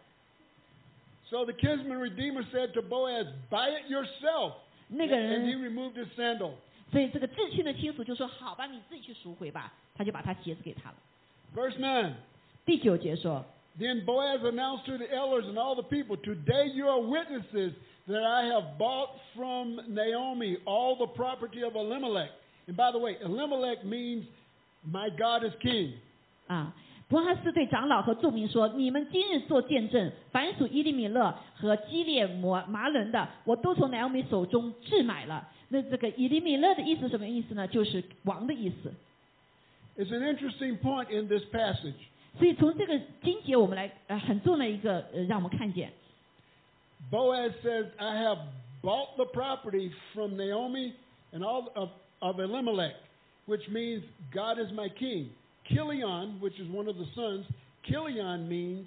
[SPEAKER 2] So the kinsman redeemer said to Boaz, Buy it yourself.
[SPEAKER 1] 那个
[SPEAKER 2] And he
[SPEAKER 1] 人，
[SPEAKER 2] removed his sandal.
[SPEAKER 1] 所以这个至亲的亲属就说：“好吧，你自己去赎回吧。”他就把他鞋子给他了。
[SPEAKER 2] Verse 9.
[SPEAKER 1] 第九节说
[SPEAKER 2] Then Boaz announced to the elders and all the people, Today you are witnesses that I have bought from Naomi all the property of Elimelech. And by the way, Elimelech means my God is king.
[SPEAKER 1] 啊，伯哈斯对长老和众民说：“你们今日做见证，凡属伊利米勒和基列摩麻伦的，我都从南欧米手中置买了。”那这个以利米勒的意思是什么意思呢？就是王的意思。
[SPEAKER 2] It's an interesting point in this passage.
[SPEAKER 1] 所以从这个经节，我们来呃很重要的一个呃让我们看见，
[SPEAKER 2] Boaz says, I have bought the property from Naomi and all of, of Elimelech, which means God is my king. Kilion, which is one of the sons, Kilion means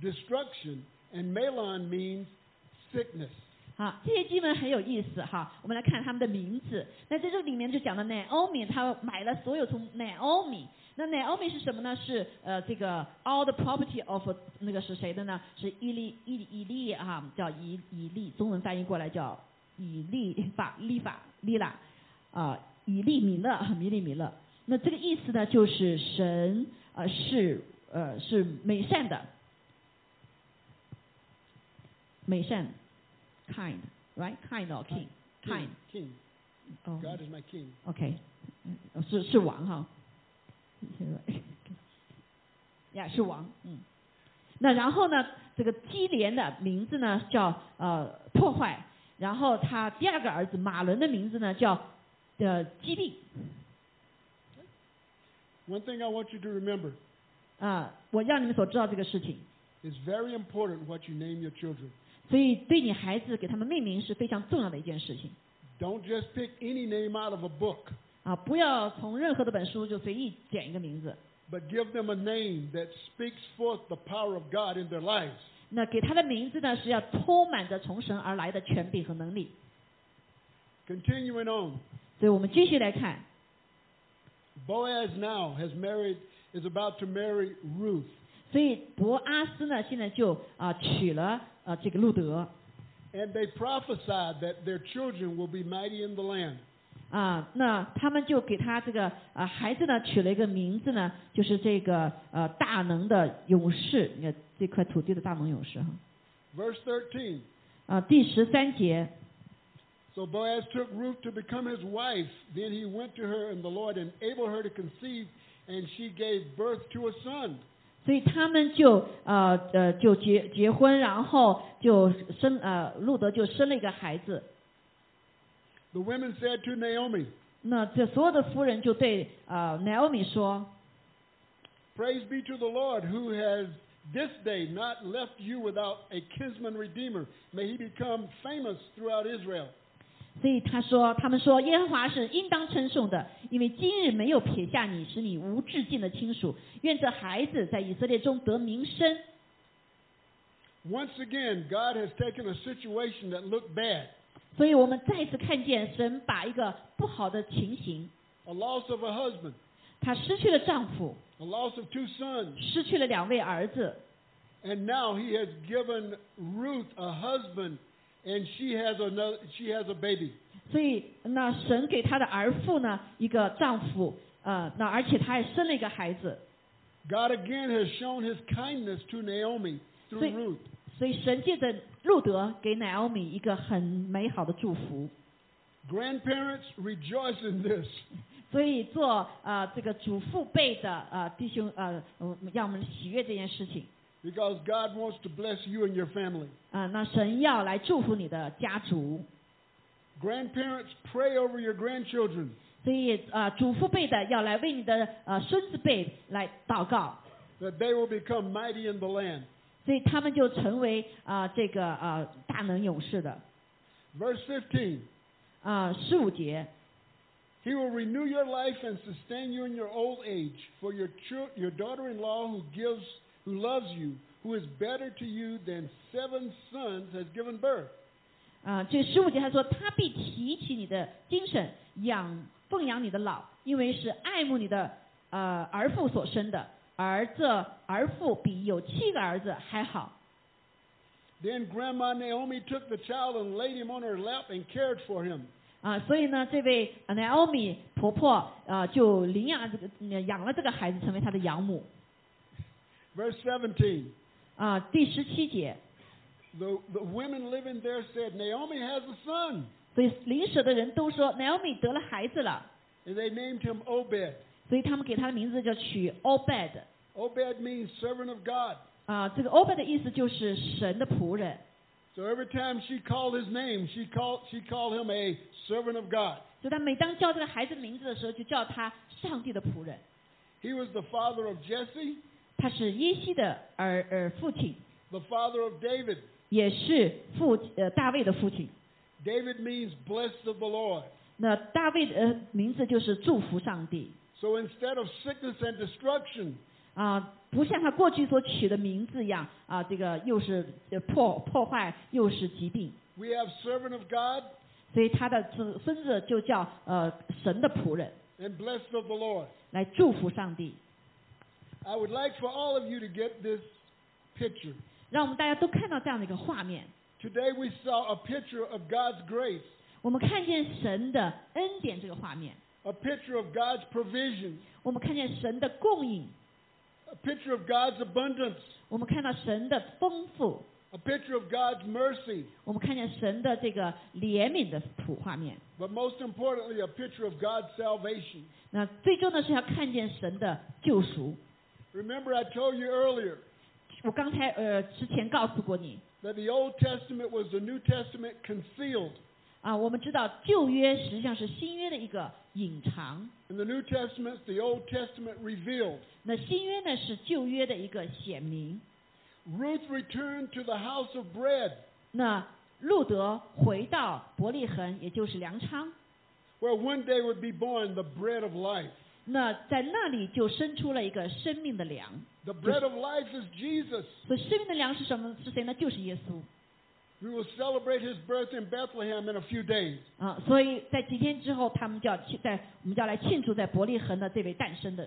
[SPEAKER 2] destruction, and Malon means sickness.
[SPEAKER 1] 好，啊这些经文很有意思哈。我们来看他们的名字。那在这里面就讲到 Naomi，他买了所有从 Naomi。那 Naomi 是什么呢？是呃这个 all the property of 那个是谁的呢？是伊利伊伊利啊，叫以以利，中文翻译过来叫以利法利法利拉啊、以利米勒米利米勒。那这个意思呢，就是神呃是呃是美善的，美善 kind right kind or king kind
[SPEAKER 2] King, king.
[SPEAKER 1] 哦
[SPEAKER 2] God is my king.
[SPEAKER 1] OK，嗯是是王哈 呀是王，嗯。那然后呢，这个基连的名字呢叫呃破坏，然后他第二个儿子马伦的名字呢叫呃基利
[SPEAKER 2] One thing I want you to remember
[SPEAKER 1] 啊、我让你们所知道这个事情，
[SPEAKER 2] it's very important what you name your children.
[SPEAKER 1] 所以对你孩子给他们命名是非常重要的一件事情
[SPEAKER 2] Don't just pick any name out of a book,
[SPEAKER 1] 啊，不要从任何的本书就随意捡一个名字，
[SPEAKER 2] but give them a name that speaks forth the power of God in their lives.
[SPEAKER 1] 那给他的名字呢是要充满着从神而来的权柄和能力。
[SPEAKER 2] Continuing on,
[SPEAKER 1] 所以我们继续来看
[SPEAKER 2] Boaz now has married is about to marry Ruth.
[SPEAKER 1] 所以伯阿斯呢，现在就啊、娶了呃这个路德
[SPEAKER 2] And they prophesied that their children will be mighty in the land.
[SPEAKER 1] 啊、那他们就给他这个啊、孩子呢取了一个名字呢，就是这个呃大能的勇士，呃这块土地的大能勇士哈。
[SPEAKER 2] Verse 13.
[SPEAKER 1] 啊、第十三节
[SPEAKER 2] So Boaz took Ruth to become his wife. Then he went to her, and the Lord enabled her to conceive, and she gave birth to a son.
[SPEAKER 1] 所以他们就呃呃就结结婚，然后就生呃路德就生了一个孩子。
[SPEAKER 2] The women said to Naomi,
[SPEAKER 1] 那这所有的夫人就对呃 Naomi 说，
[SPEAKER 2] Praise be to the Lord who has this day not left you without a kinsman redeemer. May he become famous throughout Israel.
[SPEAKER 1] 所以他说，他们说耶和华是应当称颂的，因为今日没有撇下你，使你无至尽的亲属。愿这孩子在以色列中得名声。
[SPEAKER 2] Once again, God has taken a situation that looked bad,
[SPEAKER 1] 所以我们再次看见神把一个不好的情形，
[SPEAKER 2] a loss of a husband,
[SPEAKER 1] 她失去了丈夫，
[SPEAKER 2] a loss of two sons,
[SPEAKER 1] 失去了两位儿子，
[SPEAKER 2] and now he has given Ruth a husband, and she has another, she has a baby.
[SPEAKER 1] 所以那神给她的儿妇呢一个丈夫，呃，那而且她还生了一个孩子，
[SPEAKER 2] God again has shown his kindness to Naomi through
[SPEAKER 1] Sweet.
[SPEAKER 2] Ruth.
[SPEAKER 1] 所以神借着路德给 Naomi 一个很美好的祝福。
[SPEAKER 2] Grandparents, rejoice in this.
[SPEAKER 1] 所以做啊、呃这个祖父辈的啊、呃弟兄呃，我们让我们喜悦这件事情
[SPEAKER 2] Because God wants to bless you and your family.
[SPEAKER 1] 啊、那神要来祝福你的家族，
[SPEAKER 2] Grandparents, pray over your grandchildren.
[SPEAKER 1] 所以啊、呃祖父辈的要来为你的呃孙子辈来祷告，
[SPEAKER 2] that they will become mighty in the land.
[SPEAKER 1] 所以他们就成为啊、这个啊、大能勇士的
[SPEAKER 2] Verse 15
[SPEAKER 1] 啊十五节。
[SPEAKER 2] He will renew your life and sustain you in your old age. For your, chil- your daughter in law, who gives, who loves you, who is better to you than seven sons, has given birth.
[SPEAKER 1] 啊，这十五节他说，他必提起你的精神，养奉养你的老，因为是爱慕你的呃儿父所生的，而这儿父比有七个儿子还好。
[SPEAKER 2] Then Grandma Naomi took the child and laid him on her lap and cared for him.
[SPEAKER 1] 啊，所以呢，这位呃 Naomi 婆婆呃就领养了这个呃养了这个孩子，成为她的养母。
[SPEAKER 2] Verse 17
[SPEAKER 1] 啊，第十七节，
[SPEAKER 2] the, the women living there said, Naomi has a son.
[SPEAKER 1] 所以邻舍的人都说 Naomi 得了孩子了，
[SPEAKER 2] And they named him Obed.
[SPEAKER 1] 所以他们给他的名字叫取 Obed。
[SPEAKER 2] Obed means servant of God.
[SPEAKER 1] 啊，这个 Obed 的意思就是神的仆人。
[SPEAKER 2] So every time she called his name, she called, she called him a servant of God.
[SPEAKER 1] 所以他每当叫这个孩子名字的时候，就叫他上帝的仆人。
[SPEAKER 2] He was the father of Jesse,
[SPEAKER 1] 他是耶西的儿儿父亲，
[SPEAKER 2] the father of David.
[SPEAKER 1] 也是父呃大卫的父亲。
[SPEAKER 2] David means blessed of the Lord.
[SPEAKER 1] 那大卫的呃名字就是祝福上帝
[SPEAKER 2] So instead of sickness and destruction,
[SPEAKER 1] 啊，不像他过去所取的名字一样啊，这个又是呃破破坏，又是疾病，
[SPEAKER 2] we have servant of God
[SPEAKER 1] 所以他的子孙子就叫呃神的仆人，
[SPEAKER 2] and blessed of the Lord.
[SPEAKER 1] 来祝福上帝。
[SPEAKER 2] I would like for all of you to get this picture.
[SPEAKER 1] 让我们大家都看到这样的一个画面，
[SPEAKER 2] Today we saw a picture of God's grace,
[SPEAKER 1] 我们看见神的恩典这个画面，
[SPEAKER 2] a picture of God's provision,
[SPEAKER 1] 我们看见神的供应，
[SPEAKER 2] a picture of God's abundance,
[SPEAKER 1] 我们看到神的丰富，
[SPEAKER 2] a picture of God's mercy,
[SPEAKER 1] 我们看见神的这个怜悯的图画面。
[SPEAKER 2] but most importantly, a picture of God's salvation.
[SPEAKER 1] 那最终呢是要看见神的救赎。
[SPEAKER 2] Remember, I told you earlier
[SPEAKER 1] 我刚才呃之前告诉过你
[SPEAKER 2] that the Old Testament was the New Testament concealed,
[SPEAKER 1] 啊，我们知道旧约实际上是新约的一个隐藏，
[SPEAKER 2] and the New Testament's the Old Testament revealed.
[SPEAKER 1] 那新约呢是旧约的一个显明。
[SPEAKER 2] Ruth returned to the house of bread,
[SPEAKER 1] 那路德回到伯利恒，也就是粮仓，
[SPEAKER 2] where one day would be born the bread of life.
[SPEAKER 1] 那在那里就生出了一个生命的粮。
[SPEAKER 2] The bread of life is Jesus.
[SPEAKER 1] 所以生命的粮是什么？是谁呢？就是耶稣。
[SPEAKER 2] We will celebrate his birth in Bethlehem in a few days.
[SPEAKER 1] 啊，所以在几天之后，他们就要庆在我们就要来庆祝在伯利恒的这位诞生的。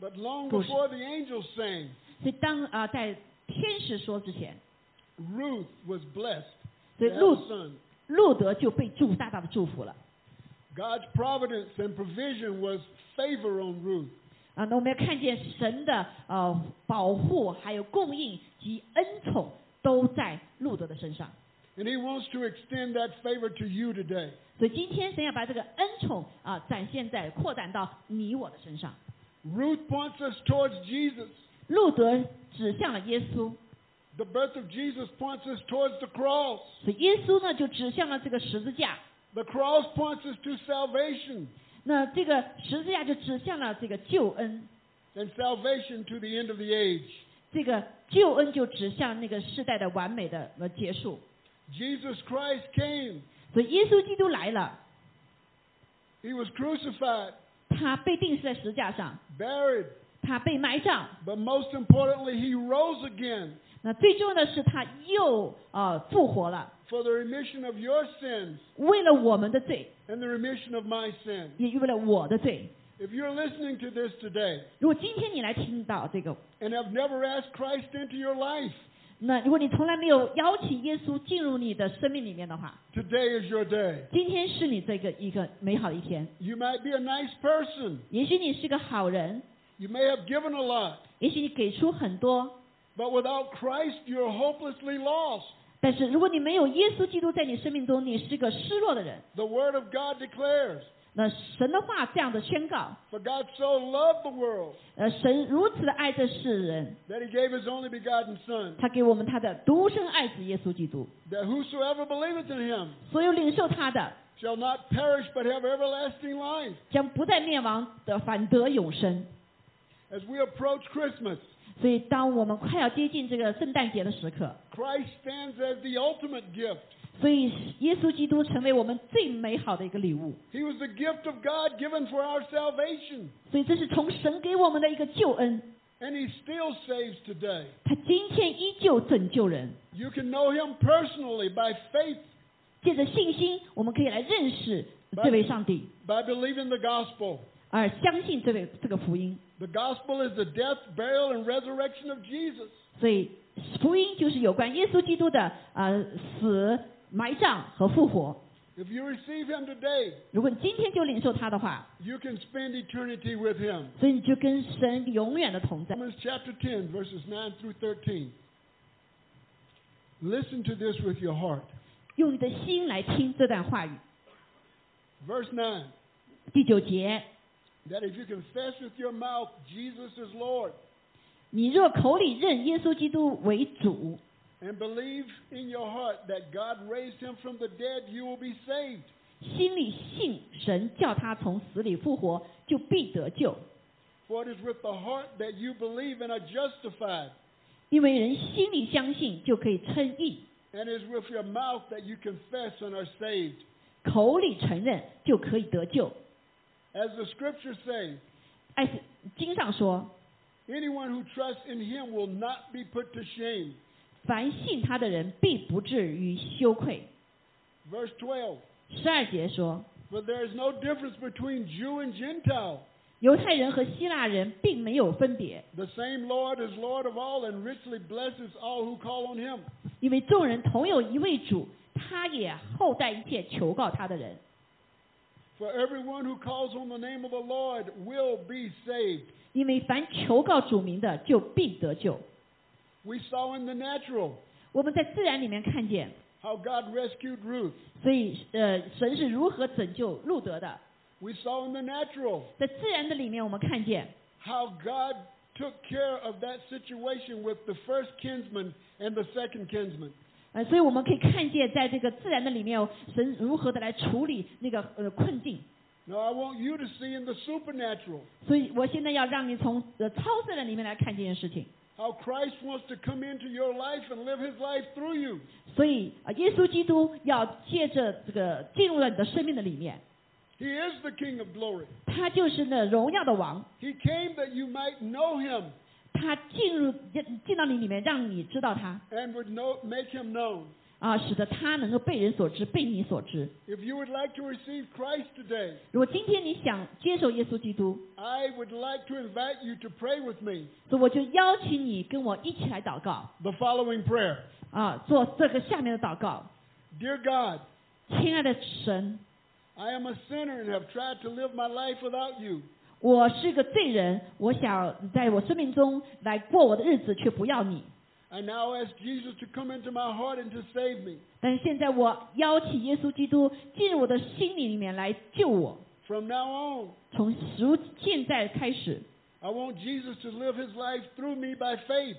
[SPEAKER 2] But long
[SPEAKER 1] Course.
[SPEAKER 2] before the angels sang,
[SPEAKER 1] 所以当啊、在天使说之前，
[SPEAKER 2] Ruth was blessed.
[SPEAKER 1] 所以
[SPEAKER 2] to have
[SPEAKER 1] 路
[SPEAKER 2] a son.
[SPEAKER 1] 路德就被祝大大的祝福了。
[SPEAKER 2] God's providence and provision was favor on Ruth.
[SPEAKER 1] 啊，那我们要看见神的呃保护，还有供应及恩宠都在路德的身上。
[SPEAKER 2] And he wants to extend that favor to you today.
[SPEAKER 1] 所以今天神要把这个恩宠啊、展现在扩展到你我的身上。
[SPEAKER 2] Ruth points us towards Jesus.
[SPEAKER 1] 路德指向了耶稣，
[SPEAKER 2] The birth of Jesus points us towards the cross.
[SPEAKER 1] 所以耶稣呢就指向了这个十字架。
[SPEAKER 2] The cross points us to salvation,
[SPEAKER 1] 那这个十字架就指向了这个救恩，
[SPEAKER 2] and salvation to the end of the age.
[SPEAKER 1] 这个救恩就指向那个世代的完美的呃结束。
[SPEAKER 2] Jesus Christ came.
[SPEAKER 1] 所以耶稣基督来了，
[SPEAKER 2] He was crucified,
[SPEAKER 1] 他被钉死在十字架上，
[SPEAKER 2] buried,
[SPEAKER 1] 他被埋葬。
[SPEAKER 2] but most importantly, he rose again
[SPEAKER 1] 那最重要的是，他又呃复活了，
[SPEAKER 2] for the remission of your sins
[SPEAKER 1] 为了我们的罪，
[SPEAKER 2] and the remission of my sins.
[SPEAKER 1] 也为了我的罪。
[SPEAKER 2] If you're listening to this today
[SPEAKER 1] 如果今天你来听到这个，
[SPEAKER 2] and have never asked Christ into your life,
[SPEAKER 1] 那如果你从来没有邀请耶稣进入你的生命里面的话，
[SPEAKER 2] today is your day.
[SPEAKER 1] 今天是你这个一个美好的一天。
[SPEAKER 2] You might be a nice person.
[SPEAKER 1] 也许你是个好人，
[SPEAKER 2] You may have given a lot,
[SPEAKER 1] 也许你给出很多，
[SPEAKER 2] but without Christ, you're hopelessly lost.
[SPEAKER 1] 但是如果你没有耶稣基督在你生命中，你是个失落的人。
[SPEAKER 2] The Word of God declares,
[SPEAKER 1] 那神的话这样的宣告，
[SPEAKER 2] For God so loved the world
[SPEAKER 1] 呃，神如此的爱这世人，
[SPEAKER 2] that he gave his only begotten Son,
[SPEAKER 1] 他给我们他的独生爱子耶稣基督，
[SPEAKER 2] that whosoever believeth in him
[SPEAKER 1] 所有领受他的
[SPEAKER 2] shall not perish but have everlasting life.
[SPEAKER 1] 将不再灭亡的，反得永生。
[SPEAKER 2] As we approach Christmas,
[SPEAKER 1] 所以，当我们快要接近这个圣诞节的时刻，
[SPEAKER 2] Christ stands as the ultimate gift.
[SPEAKER 1] 所以耶稣基督成为我们最美好的一个礼物。
[SPEAKER 2] He was the gift of God given for our salvation,
[SPEAKER 1] 所以，这是从神给我们的一个救恩，
[SPEAKER 2] and he still saves today.
[SPEAKER 1] 他今天依旧拯救人。
[SPEAKER 2] You can know him personally by faith,
[SPEAKER 1] 借着信心，我们可以来认识这位上帝，
[SPEAKER 2] by believing the gospel.
[SPEAKER 1] 而相信这位这个福音。
[SPEAKER 2] The gospel is the death, burial, and resurrection of Jesus.
[SPEAKER 1] 所以福音就是有关耶稣基督的呃死、埋葬和复活。
[SPEAKER 2] If you receive him today,
[SPEAKER 1] 如果你今天就领受他的话，
[SPEAKER 2] you can spend eternity with him.
[SPEAKER 1] 所以你就跟神永远的同在。
[SPEAKER 2] Romans chapter 10, verses 9 through 13. Listen to this with your heart.
[SPEAKER 1] 用你的心来听这段话语。
[SPEAKER 2] Verse 9
[SPEAKER 1] 第九节，
[SPEAKER 2] that if you confess with your mouth Jesus is Lord
[SPEAKER 1] 你若口里认耶稣基督为主，
[SPEAKER 2] and believe in your heart that God raised him from the dead, you will be saved.
[SPEAKER 1] 心里信神叫他从死里复活，就必得救。
[SPEAKER 2] For it is with the heart that you believe and are justified,
[SPEAKER 1] 因为人心里相信，就可以称义；
[SPEAKER 2] and it is with your mouth that you confess and are saved.
[SPEAKER 1] 口里承认，就可以得救。
[SPEAKER 2] As the scriptures say,
[SPEAKER 1] 爱是经上说，
[SPEAKER 2] anyone who trusts in him will not be put to shame.
[SPEAKER 1] 凡信他的人必不至于羞愧。
[SPEAKER 2] Verse 12.
[SPEAKER 1] 十二节说，
[SPEAKER 2] For there is no difference between Jew and Gentile.
[SPEAKER 1] 犹太人和希腊人并没有分别，
[SPEAKER 2] The same Lord is Lord of all and richly blesses all who call on him.
[SPEAKER 1] 因为众人同有一位主，他也厚待一切求告他的人。
[SPEAKER 2] For everyone who calls on the name of the Lord will be saved.
[SPEAKER 1] 因为凡求告主名的，就必得救。
[SPEAKER 2] We saw in the natural
[SPEAKER 1] 我们在自然里面看见，
[SPEAKER 2] how God rescued Ruth.
[SPEAKER 1] 所以呃，神是如何拯救路德的。
[SPEAKER 2] We saw in the natural
[SPEAKER 1] 在自然的里面，我们看见
[SPEAKER 2] how God took care of that situation with the first kinsman and the second kinsman.
[SPEAKER 1] 呃，所以我们可以看见，在这个自然的里面，神如何的来处理那个呃困境。
[SPEAKER 2] Now I want you to see in the supernatural
[SPEAKER 1] 所以我现在要让你从呃超自然里面来看这件事情。
[SPEAKER 2] how Christ wants to come into your life and live his life through you.
[SPEAKER 1] 所以啊，呃耶稣基督要借着这个进入到你的生命的里面，
[SPEAKER 2] He is the King of glory.
[SPEAKER 1] 他就是那荣耀的王，
[SPEAKER 2] He came that you might know him
[SPEAKER 1] 他进入进进到你里面，让你知道他
[SPEAKER 2] and would know, make him known.
[SPEAKER 1] 啊，使得他能够被人所知，被你所知。
[SPEAKER 2] If you would like to receive Christ today,
[SPEAKER 1] 如果今天你想接受耶稣基督，
[SPEAKER 2] I would like to invite you to pray with me
[SPEAKER 1] 所以我就邀请你跟我一起来祷告
[SPEAKER 2] the following prayer
[SPEAKER 1] 啊，做这个下面的祷告。
[SPEAKER 2] Dear God,
[SPEAKER 1] 亲爱的神，
[SPEAKER 2] I am a sinner and have tried to live my life without you.
[SPEAKER 1] 我是个罪人，我想在我生命中来过我的日子，却不要你。
[SPEAKER 2] I now ask Jesus to come into my heart and to save me
[SPEAKER 1] 但是现在我邀请耶稣基督进入我的心里里面来救我。
[SPEAKER 2] from now on.
[SPEAKER 1] 从如现在开始，
[SPEAKER 2] I want Jesus to live his life through me by faith.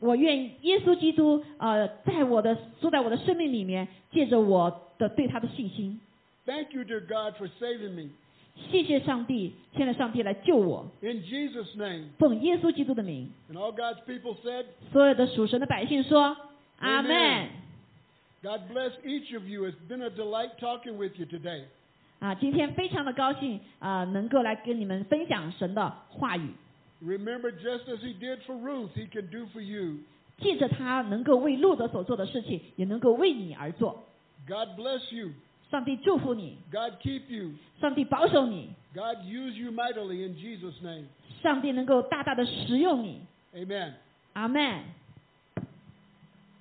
[SPEAKER 1] 我愿耶稣基督呃，在我的住在我的生命里面，借着我的对他的信心，
[SPEAKER 2] Thank you, dear God, for saving me.
[SPEAKER 1] 谢谢上帝，现在上帝来救我，
[SPEAKER 2] In Jesus' name.
[SPEAKER 1] 奉耶稣基督的名，
[SPEAKER 2] And all God's people said,
[SPEAKER 1] 所有的属神的百姓说，阿
[SPEAKER 2] Amen
[SPEAKER 1] 门。
[SPEAKER 2] God bless each of you. It's been a delight talking with you today.
[SPEAKER 1] 啊，今天非常的高兴啊、呃能够来跟你们分享神的话语，
[SPEAKER 2] Remember, just as He did for Ruth, He can do for you.
[SPEAKER 1] 借着他能够为路德所做的事情，也能够为你而做。
[SPEAKER 2] God bless you.
[SPEAKER 1] 上帝祝福你，
[SPEAKER 2] God keep you.
[SPEAKER 1] 上帝保守你，
[SPEAKER 2] God use you mightily in Jesus' name.
[SPEAKER 1] 上帝能够大大的使用你。
[SPEAKER 2] Amen.
[SPEAKER 1] 阿门，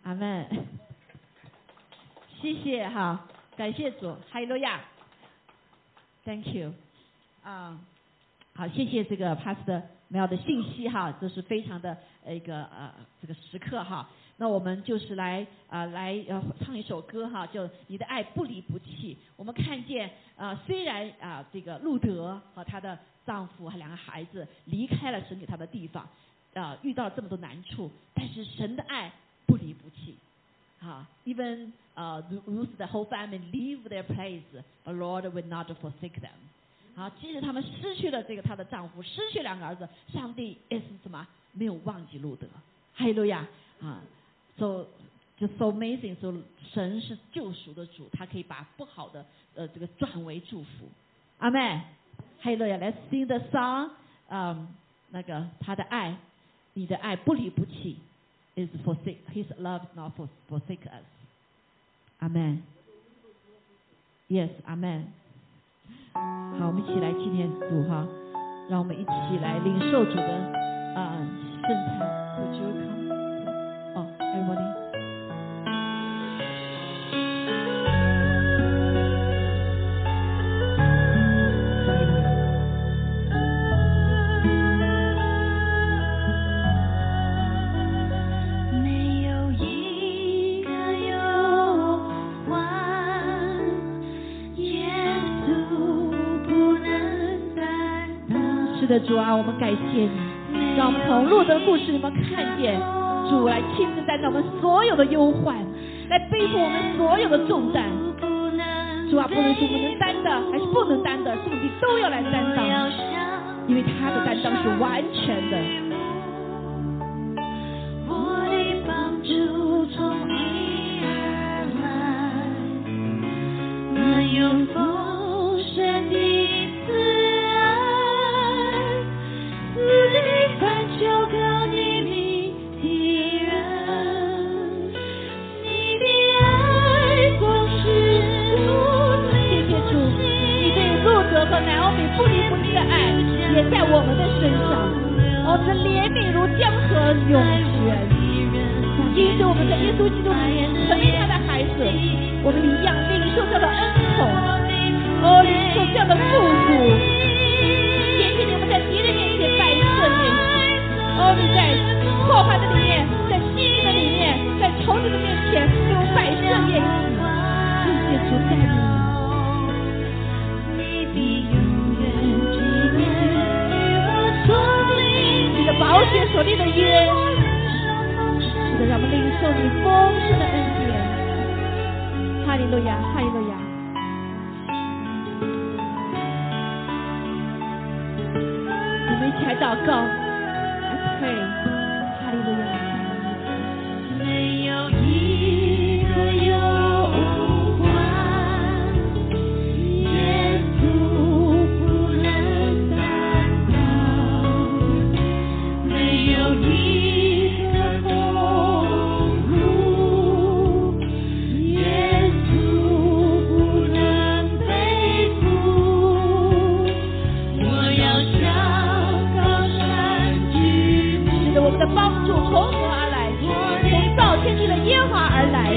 [SPEAKER 1] 阿门。 谢谢哈，感谢主，哈利路亚。Thank you。啊、好，谢谢这个 Pastor Mel 的信息哈，这是非常的呃一个呃这个时刻哈。那我们就是来啊、呃、来呃唱一首歌哈，就你的爱不离不弃。我们看见啊、呃，虽然啊、这个路德和她的丈夫和两个孩子离开了神给他们的地方，啊、遇到了这么多难处，但是神的爱不离不弃。啊，even 啊、Ruth the whole family leave their place, but Lord will not forsake them。啊，即使他们失去了这个她的丈夫，失去两个儿子，上帝也是什么没有忘记路德。哈利路亚啊，so 就 so amazing，so 神是救赎的主，他可以把不好的呃这个转为祝福。阿妹，哈利路亚，Let's sing the song，嗯，那个他的爱，你的爱不离不弃，is forsake His love is not for- forsake us。阿门。Yes，阿门。好，我们一起来纪念主哈，让我们一起来领受主的啊、呃圣餐。Would you come? 哦、everybody.
[SPEAKER 3] Yes.
[SPEAKER 1] 是的，主啊，我们感谢你，让我们从路德故事里面看见主来亲自担当我们所有的忧患，来背负我们所有的重担。主啊，不论是我们能担的还是不能担的，上帝都要来担当，因为他的担当是完全的。
[SPEAKER 3] 我的帮助从你而来，那永丰盛的慈爱，死里反求告你名的人，你的爱光是如
[SPEAKER 1] 谢谢主，你对路德和南欧米不离不弃的爱也在我们的身上。哦，这怜悯如江河涌泉。主因着我们在耶稣基督里成为他的孩子，我们一样领受到了恩宠，哦，领受这样的富足，也许你们在敌人面前摆设立，哦，你在破坏的里面，在欺凌的里面，在仇敌的面前，你们摆设宴席。谢谢主带领我们。
[SPEAKER 3] 你必永远纪念我所立
[SPEAKER 1] 你的宝血所立的约，是的，
[SPEAKER 3] 的
[SPEAKER 1] 让我们领受你丰盛的恩典。哈利路亚，哈利路亚。我们一起来祷告，I pray，哈利路亚。
[SPEAKER 3] 没有一个有关，耶稣不能担当；没有一个痛苦，耶稣不能背负。我要向高山举
[SPEAKER 1] 是的，我们的帮助从何而来？从造天地的耶和华而来。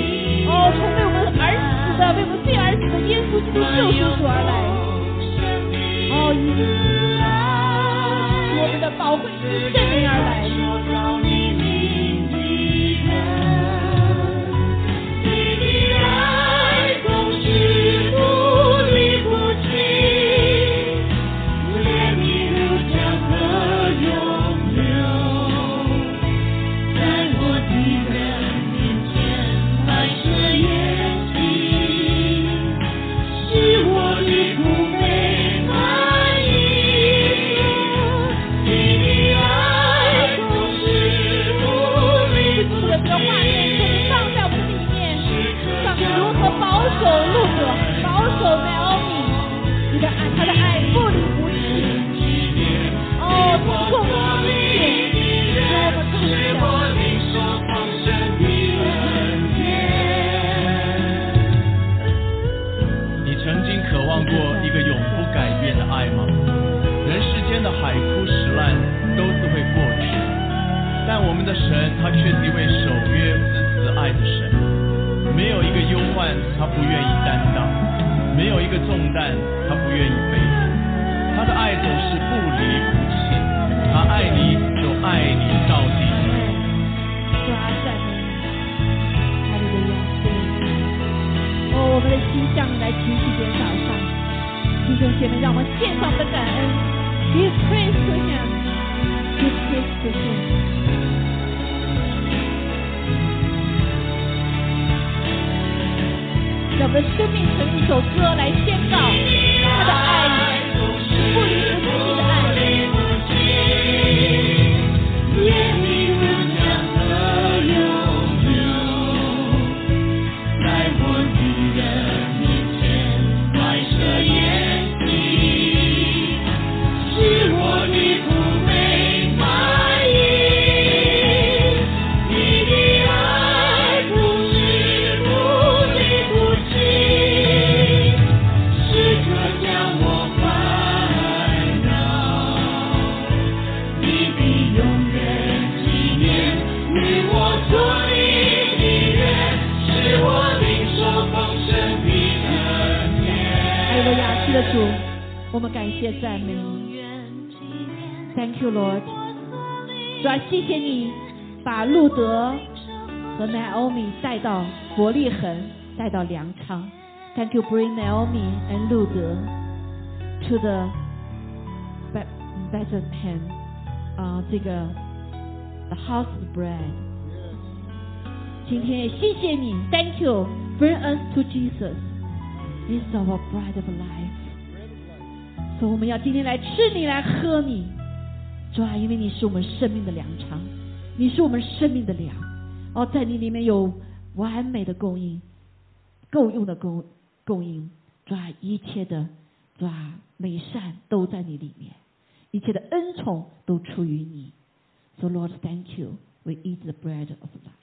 [SPEAKER 1] 哦，从为我们而死的、为我们罪而死的耶稣基督救赎主而来。哦，以我们的宝贵之圣灵而来。
[SPEAKER 3] 是我的不被满意，你的爱总是无力不
[SPEAKER 1] 主的这个画面，求你放在我们的里面，让你如何保守路德，保守 Naomi，你的爱，他的爱不离不弃。哦，从共同的点，让我们共享。
[SPEAKER 4] 你曾经渴望过一个永不改变的爱吗？人世间的海枯石烂都是会过去，但我们的神他却是一位守约施慈爱的神，没有一个忧患他不愿意担当，没有一个重担他不愿意背负，他的爱总是不离
[SPEAKER 1] 哦姐妹，让我们献上我们的感恩，give praise to Him，give praise to Him。让我们的生命成一首歌来宣告他的爱，不离不弃的爱。
[SPEAKER 3] 愿你能量和拥有，在我主人面前白色眼睛，是我的苦美满意。你的爱不是不离不弃，时刻将我环绕。你必永远纪念你我所立的约，是我领受丰盛的恩
[SPEAKER 1] 还有
[SPEAKER 3] 典。
[SPEAKER 1] 路亚，是的主，我们感谢赞美你，Thank you Lord。主啊，谢谢你把路德和 Naomi 带到伯利恒，带到粮仓。Thank you bring Naomi and 路德 to the Be- Bethlehem，啊、这个 the house of bread。今天也谢谢你，Thank you bring us to Jesus。This is our bread of life。所以我们要今天来吃你，来喝你，主啊，因为你是我们生命的粮仓，你是我们生命的粮，哦，在你里面有完美的供应，够用的供供应，主啊，一切的主啊美善都在你里面，一切的恩宠都出于你。So Lord, thank you. We eat the bread of life.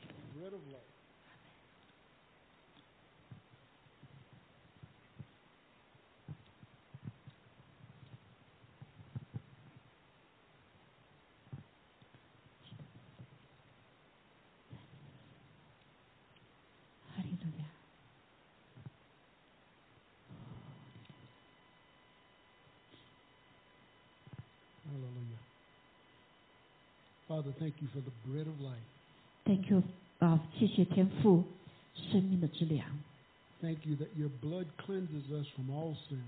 [SPEAKER 1] Hallelujah.
[SPEAKER 2] Hallelujah. Father, thank you for the bread of life.
[SPEAKER 1] Thank you 啊、谢谢天父，生命的之粮，
[SPEAKER 2] Thank you that your blood cleanses us from all sin.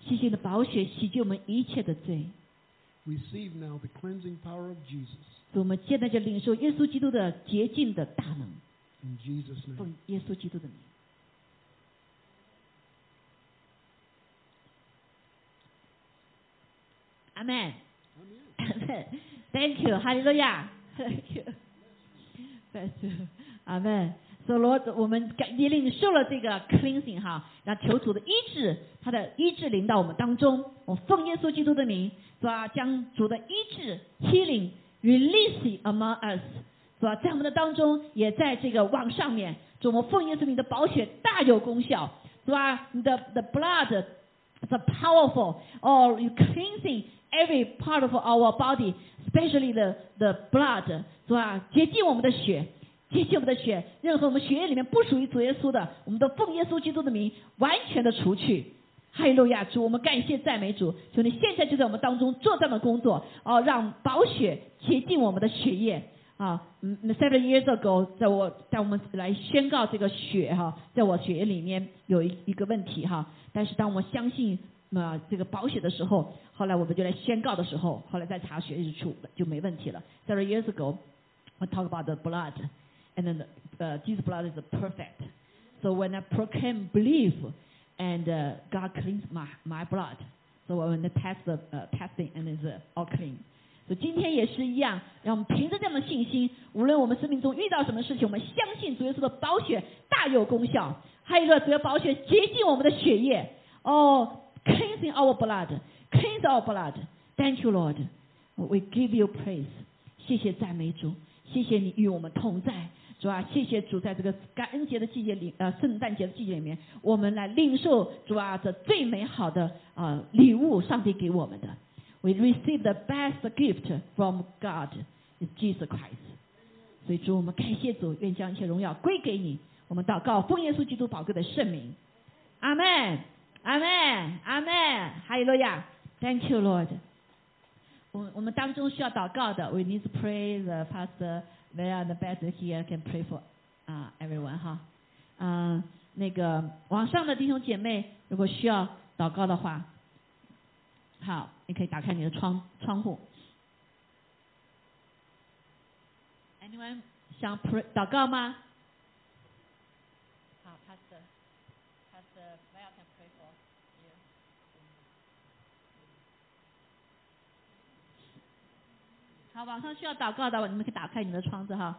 [SPEAKER 1] 谢谢你的宝血洗净我们一切的罪。
[SPEAKER 2] Receive now the cleansing power of Jesus.
[SPEAKER 1] 所以我们现在就领受耶稣基督的洁净的大能，
[SPEAKER 2] In Jesus' name.
[SPEAKER 1] 奉耶稣基督的名。阿门。Thank you，哈利路亚。Thank you。Thank you。阿门。所罗，我们感也领受了这个 cleansing 哈，那求主的医治，他的医治临到我们当中。我奉耶稣基督的名，主啊，将主的医治 healing release among us，主啊，在我们的当中，也在这个网上面，主，我们奉耶稣名的宝血大有功效，主啊，你的 the blood the powerful or you cleansing every part of our body, especially the the blood，是吧？洁净我们的血，洁净我们的血，任何我们血液里面不属于主耶稣的，我们都奉耶稣基督的名完全的除去。哈利路亚，主，我们感谢赞美主，求你现在就在我们当中做这样的工作，哦，让宝血洁净我们的血液。啊，嗯，seven years ago，在我在我们来宣告这个血哈、在我血液里面有一一个问题哈、但是当我相信啊、呃这个保险的时候，后来我们就来宣告的时候，后来再查血液出就没问题了。Seven years ago, I talk about the blood, and then the, uh, this blood is perfect. So when I proclaim belief, and uh, God cleans my my blood, so when I test the uh, testing and it's uh, all clean. 所以今天也是一样，让我们凭着这样的信心，无论我们生命中遇到什么事情，我们相信主耶稣的宝血大有功效。还有一个，主耶稣宝血洁净我们的血液，哦、c l e a n s i n g our blood, cleanse our blood. Thank you, Lord. We give you praise. 谢谢赞美主，谢谢你与我们同在。主啊，谢谢主，在这个感恩节的季节里，呃，圣诞节的季节里面，我们来领受主啊这最美好的呃礼物，上帝给我们的。We receive the best gift from God, is Jesus Christ. 所以主，我们感谢主，愿将一切荣耀归给你。我们祷告，奉耶稣基督宝贵的圣名，阿门，阿门，阿门，哈利路亚，Thank you, Lord. 我们我们当中需要祷告的，We need to pray the pastor. They are the best here can pray for 啊、everyone Uh, 哈。嗯、那个网上的弟兄姐妹，如果需要祷告的话，好，你可以打开你的窗窗户。Anyone 想 pray 祷告吗？好，Pastor。Pastor Mel can pray for you.好，晚上需要祷告的，你们可以打开你们的窗子哈。